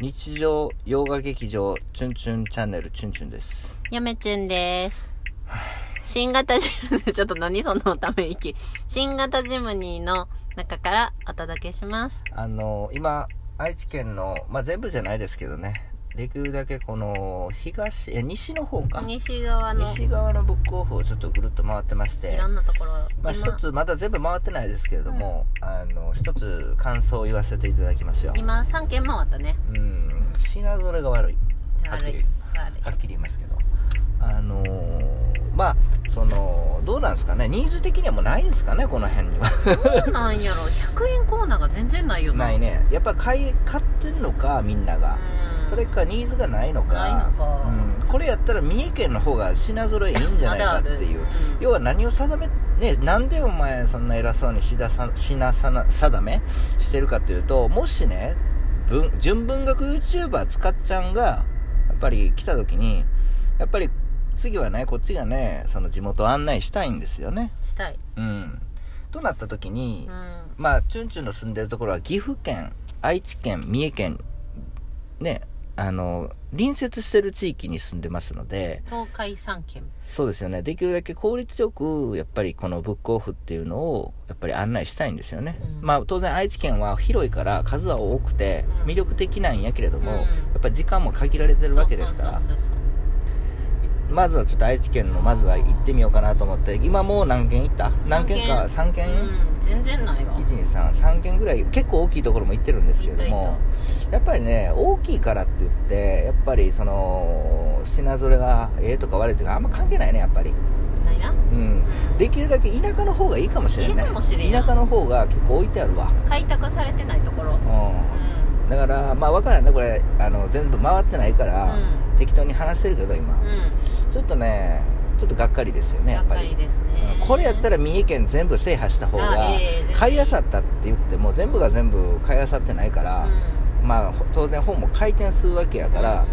日常洋画劇場チュンチュンチャンネルチュンチュンですやめちゅんです。新型ジム、ちょっと何そのため息。新型ジムニーの中からお届けします。あの今愛知県のまあ全部じゃないですけどねできるだけこの東え西の方か西側のい西側のブックオフをちょっとぐるっと回ってましてろんなところ、まあ今一つまだ全部回ってないですけれども、あの一つ感想を言わせていただきますよ今3軒回ったね。うん品ぞれが悪いはっき悪い。悪りはっきり言いますけどあのーまあそのどうなんですかねニーズ的にはもうないんですかねこの辺にはい。どうなんやろ ?100 円コーナーが全然ないよな。ないねやっぱ買い買ってんのかみんなが、うん。それかニーズがないのかないのかうん、これやったら三重県の方が品揃えいいんじゃないかっていうあるあるうん要は何を定めねなんでお前そんな偉そうにしださ品さな定めしてるかっていうともしね文純文学 YouTuber つかっちゃんがやっぱり来た時にやっぱり次はねこっちがねその地元案内したいんですよねしたい。うんとなった時に、うん。まあ、チュンチュンの住んでるところは岐阜県、愛知県、三重県、ね、あの、隣接してる地域に住んでますので、東海3軒。そうですよね。できるだけ効率よく、やっぱりこのブックオフっていうのを、やっぱり案内したいんですよね。うんまあ、当然愛知県は広いから数は多くてうん魅力的なんやけれども、うんやっぱ時間も限られてるわけですからそう、そうそうまずはちょっと愛知県の、まずは行ってみようかなと思って、今もう何軒行った何軒か、3そう軒、うん。全然ないわ。 123軒ぐらい結構大きいところも行ってるんですけれどもやっぱりね大きいからって言ってやっぱりその品ぞれがええとか悪いとかあんま関係ないねやっぱりないな。うんできるだけ田舎の方がいいかもしれないねいいかもしれん田舎の方が結構置いてあるわ開拓されてないところ。う。うんんだからまあ分からんねこれあの全部回ってないから、う適当に話してるけど今、うちょっとねちょっとがっかりですよん、ねややっっぱぱりりですね、これやったらら三重県全部制覇した方が買いあさったって言っても全部が全部買いあさってないから、まあほ当然本も回転するわけやから、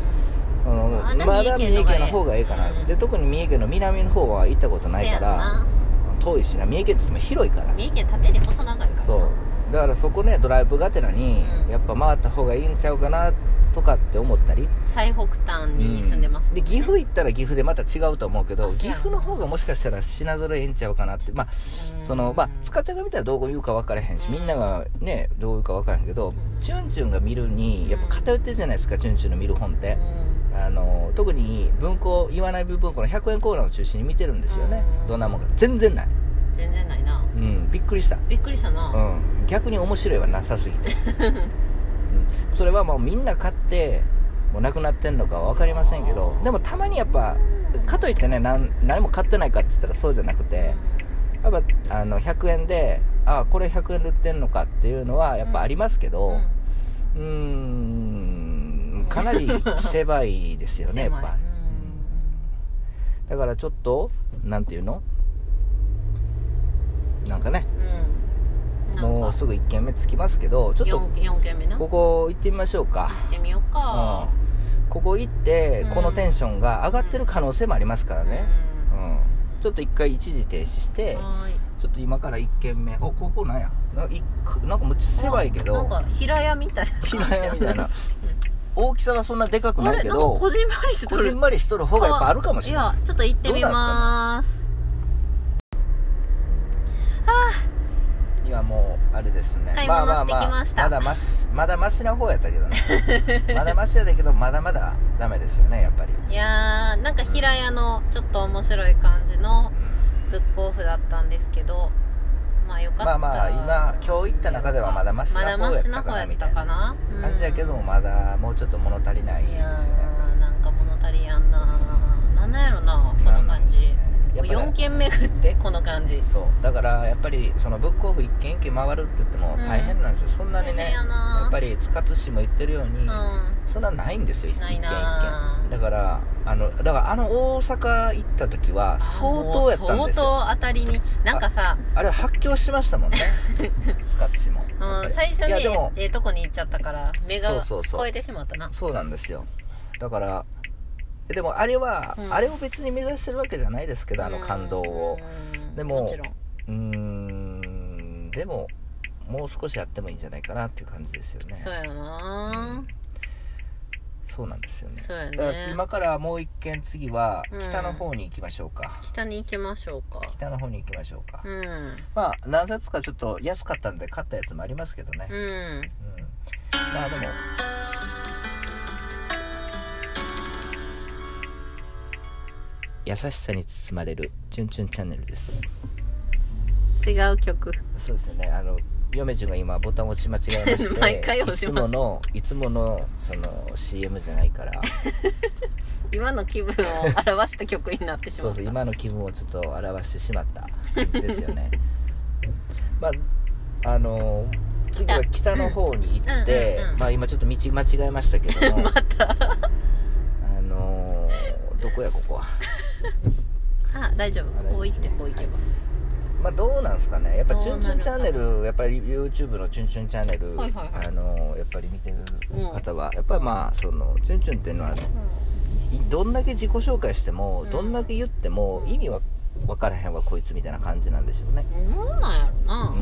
あのまだまだ三三重県の重方がええ県の方がええかな、うんで特に三重県の南の方は行ったことないから遠いしな三重県って言っても広いから三重県縦に細長いからなそうだからそこねドライブがてらに、うんやっぱ回った方がいいんちゃうかなとかって思ったり、最北端に住んでます、うんで岐阜行ったら岐阜でまた違うと思うけどあそう岐やん阜の方がもしかしたら品揃えええんちゃうかなってまあうんそのまあ塚ちゃんが見たらどう言うか分からへんしみんながねどう言うか分からへんけどチュンチュンが見るにやっぱ偏ってるじゃないですかチュンチュンの見る本ってあの特に文庫言わない部分この100円コーナーを中心に見てるんですよねうんどんなもんか全然ないうん全然ないなうんびっくりしたびっくりしたうな、ん逆に面白いはなさすぎて、うん、それはもうみんな買ってもうなくなってんのかは分かりませんけどでもたまにやっぱかといってねなん何も買ってないかって言ったらそうじゃなくてやっぱあの100円であこれ100円で売ってんのかっていうのはやっぱありますけうどんうーんか なり狭いですよねやっ狭いぱだからちょっとなんていうのなんかねうんうんもうすぐ1軒目着きますけどちょっと 4, 軒目な行ここ行ってみましょうかってみようか、うんここ行ってうんこのテンションが上がってる可能性もありますからねうんちょっと一回一時停止してうんはーいちょっと今から1軒目おここなんやないなんかむっちゃ狭いけなんどか平屋みたいな感じ平屋みたいな大きさはそんなでかくあないれけなんかどここじんまりしとるじんまりしとる方がやっぱあるかもしれないいやちょっと行ってみますいやもうあれですね買い物してきましたまあまあまあ、まだましまだましな方やったけどね まだましやだけどまだまだダメですよねやっぱりいやーなんか平屋のちょっと面白い感じのブックオフだったんですけどまあよかったまあまあ今今日行った中ではまだましまなだ方マやっシたなか方やなみったたいかなな感じやけど、まだもうちょっと物足りないうんでいすやよねーなんか物足りやんななんなんやろなこなのんなん感でしじょうねやっぱり4軒巡ってこの感じそうだからやっぱりそのブックオフ一軒一軒回るって言っても大変なんですよ、そんなに大ね変やなやっぱり塚津市も言ってるように、うんそんなないんですよ一ない軒一軒なだからあのだからあの大阪行った時は相当やったんですもうよ相当当たりになんかさあれは発狂しましたも んね塚津市もやっぱうりん、最初いやにでもええとこに行っちゃったから目がそうそうそう超えてしまったなそうなんですよだからえでもあれは、うんあれを別に目指してるわけじゃないですけどあの感動をうんでももちろんうーんでももう少しやってもいいんじゃないかなっていう感じですよねそうやなそうなんですよねそうやねだから今からもう一軒次はうん北の方に行きましょうか、北に行きましょうか北の方に行きましょうか、うんまあ何冊かちょっと安かったんで買ったやつもありますけどね、うんうん、まあでも優しさに包まれる「チュンチュンチャンネル」です違う曲そうですよねあの嫁ちゃんが今ボタン押し間違えまして 毎回押いしつますものいつものその CM じゃないから 今の気分を表した曲になってしそまっうたそう今の気分をちょっと表してしまった感じですよ ねまああの次は北の方に行って、うんうんうんまあ今ちょっと道間違えましたけども またあのーどこやここはあ大丈あ大丈夫夫こうで行っすてねこう行けばまあどうなんすかねやっぱ「どうチュなンるチかュンチャンネル」やっぱり YouTube の「チュンチュンチャンネル」はいはいはいあのーやっぱり見てる方は、やっぱりまあその「チュンチュン」っていうのはどんだけ自己紹介しても、うんどんだけ言っても意味は分からへんわこいつみたいな感じなんでしょうねうんどうなんやろうな、ん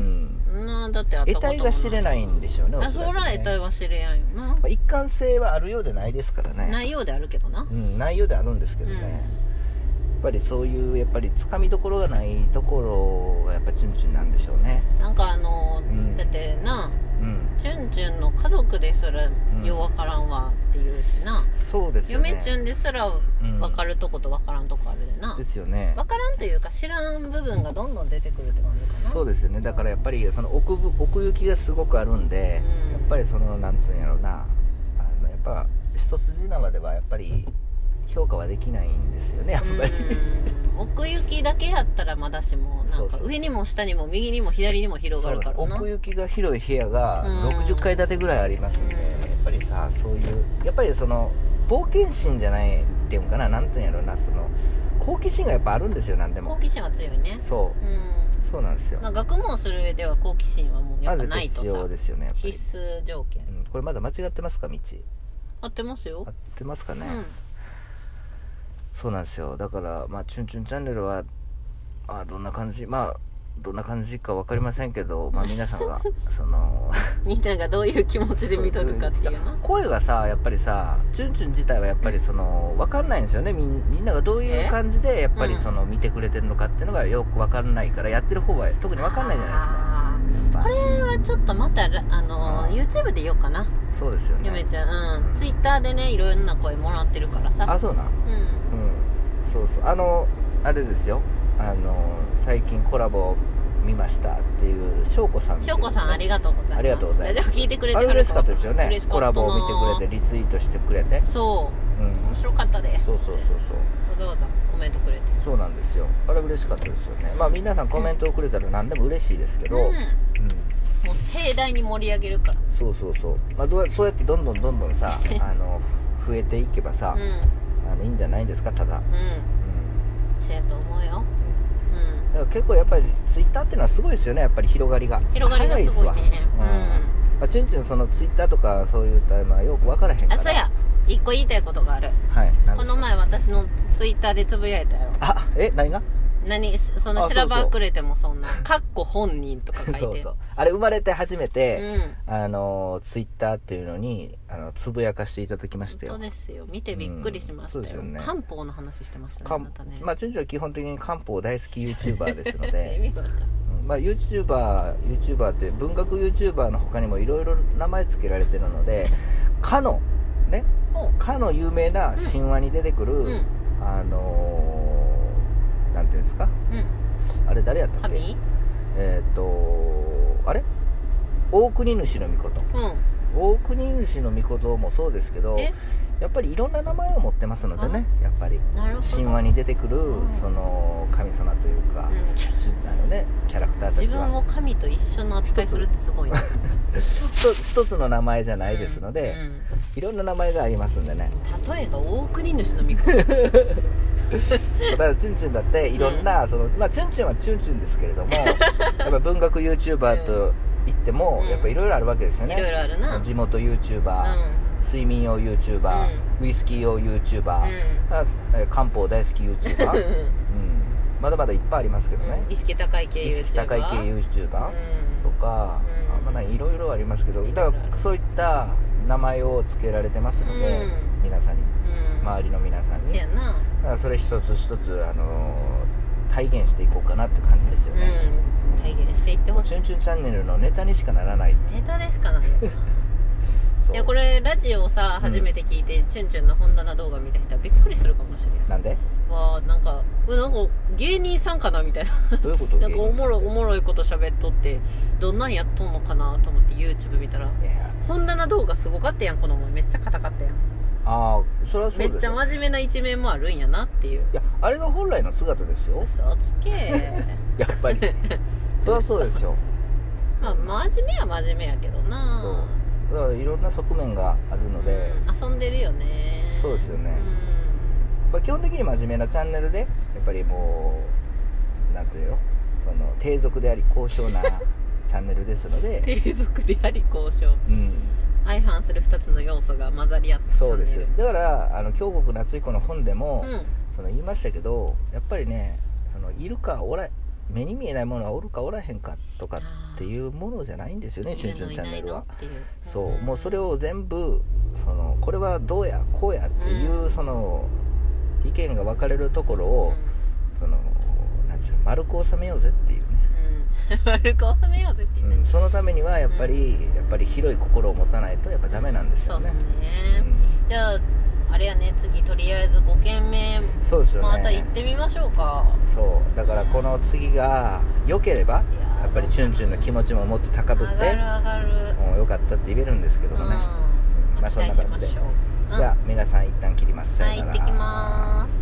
うん、なだって会っ得たこ体ともが知れいないんでしょうねあおそそららくね得体は知れやんよなまあ一貫性はあるようでないですからね内容であるけどなうん、内容であるんですけどね、うんやっぱりそういうやっぱりつかみどころがないところがやっぱチュンチュンなんでしょうねなんかあの、うんだってなうんチュンチュンの家族ですらうんようわからんわっていうしな、そうですよね嫁チュンですらうんわかるとことわからんとこあるでな、ですよねわからんというか知らん部分がどんどん出てくるって感じかなそうですよねだからやっぱりその奥ぶ奥行きがすごくあるんで、うんやっぱりそのなんつうんやろうなあのやっぱ一筋縄ではやっぱり評価はできないんですよねやっぱり、うん奥行きだけやったらまだしもなそんうそかうそう上にも下にも右にも左にも広がるからな奥行きが広い部屋がうん60階建てぐらいありますんで、うんやっぱりさそういうやっぱりその冒険心じゃないっていうんかななんていうんやろうなその好奇心がやっぱあるんですよ何で好も奇心は強いねそううそうなんですよんまあ学問する上では好奇心はもうまやっぱずないと必さ要ですよねやっぱり必、須条件うん、これまだ間違ってますか道合ってますよ合ってますかね、うそうなんですよだからまあ「チュンチュンチャンネルは」あどんな感じまあどんな感じか分かりませんけど、まあ、皆さん がそのんみんながどういう気持ちで見とるかっていうの声がさやっぱりさチュンチュン自体はやっぱりその分かんないんですよねみんみんながどういう感じでやっぱりその見てくれてるのかっていうのがよく分かんないからやってる方は特に分かんないじゃないいですかこれはちょっとまたらあのうん YouTube で言おうかなそうですよゆめねちゃんうん Twitter でねいろんな声もらってるからさあそうなんうんうんそうそうあのあれですよあの最近コラボ見ましたっていう翔子さんしょうこさんありががとうございますありがとうございますラジオ聞いてくれてあれ嬉しかったですよね嬉しかコったなラボを見てくれてリツイートしてくれてそうう面ん白かったですそうそうそうそうわざわざコメントくれてそうなんですよあれ嬉しかったですよねまあ皆さんコメントをくれたら何でも嬉しいですけど、うんもう盛大に盛り上げるからそうそうそう、まあ、どうやそうやってどんどんどんどん さあのふ増えていけばさうん、あのいいんじゃないですかただ、ううん、んせやと思うよだから結構やっぱりツイッターっていうのはすごいですよねやっぱり広がりがうん広がりがすごい早っねわうんまあ、チュンチュンそのツイッターとかそういうのはよく分からへんうんからあそうや一個言いたいことがあるはい何ですかこの前私のツイッターでつぶやいたやろあえ何が何そあのそうそうしらばくれてもそんな「かっこ本人」とか書いてそうそうあれ生まれて初めて、うんあのツイッターっていうのにあのつぶやかしていただきました本当よ、ですよ見てびっくりしましたうんそうですよ,、よね漢方の話してましたねかあんなたね、まあ、チュンチュンは基本的に漢方大好き YouTuber ですの 意で、味わかんないうんまあ、YouTuber, YouTuber って文学 YouTuber の他にもいろいろ名前付けられてるのでかのねおかの有名な神話に出てくる、うんあのーなんていうんですかうんあれ誰やったっけ神えーっ、とあれ大国主の御事うん大国主の御事もそうですけどえやっぱりいろんな名前を持ってますのでねやっぱりなるほど神話に出てくる、うんその神様というか、うんしあのねキャラクターた自ち分はを神と一緒の扱いするってすごいな一つ一つの名前じゃないですので、ういんろんな名前がありますんでねうん例えば大国主の御子だからチュンチュンだっていろんな、そのまあチュンチュンはチュンチュンですけれ どもやっぱ文学 YouTuber と言っても、うんやっぱいろいろあるわけですよねいろいろあるな地元 YouTuber、睡眠用 YouTuber、ウイスキー用 YouTuber、あえー漢方大好き YouTuber、うん、 まだまだいっぱいありますけどね、意識高い系 YouTuber 意識高い系 YouTuber、とか、うんあまあ、いろいろありますけどいろいろあだるからそういった名前を付けられてますうんので、うん皆さんにうん周りの皆さんせにやなだからそれ一つ一つ、あのー体現していこうかなって感じですよね、うん体現していってもうほしチいュンチュンチャンネルのネタにしかならないネタでしかないよそなういやこれラジオをさうん初めて聞いて、チュンチュンの本棚動画見た人はびっくりするかもしれんなんでわあなんかうなんか芸人さんかなみたいなどういうこと なんかおもろいお芸人もろいこと喋っとってどんなんやっとんのかなと思って YouTube 見たらさんっていや本棚動画すごかったやんこの前めっちゃ硬かったやんああそれはそうめでっすちゃよ真面目な一面もあるんやなっていういやあれが本来の姿です よ嘘つ けやっぱりそりゃそうですよまあ真面目は真面目やけどなだからいろんな側面があるので、うん遊んでるよねそうですよねまあ、基本的に真面目なチャンネルでやっぱりもうなんていうのその低俗であり高尚なチャンネルですのうんで、 低俗であり交渉うん、相反する2つの要素が混ざり合ったそうですチャよンネだからあの京極夏彦の本でも、ルうんその言いましたけどやっぱりねそのいるかおら目に見えないものはおるかおらへんかとかっていうものじゃないんですよね「チュンチュンチャンネルは」いるのいないのっていうそうもうそれをを全部そのこれはどうやこうやっていう、うんその意見が分かれるところを、そのなんていうの丸く収めようぜっていうね、 丸く収めようぜって言ってうん、そのためにはやっぱり、やっぱり広い心を持たないとやっぱダメなんですそようでねすね、じゃああれやね次とりあえず5軒目うんそうですよね、また行ってみましょうかそうだからこの次が良ければいやーやっぱりチュンチュンの気持ちももっと高ぶ上っがてる上がるうん良かったって言えるんですけうどんもね、うんまあ期そん待なし感まじでしょう、うんじゃあ皆さん一旦切りますさよなはいら行ってきます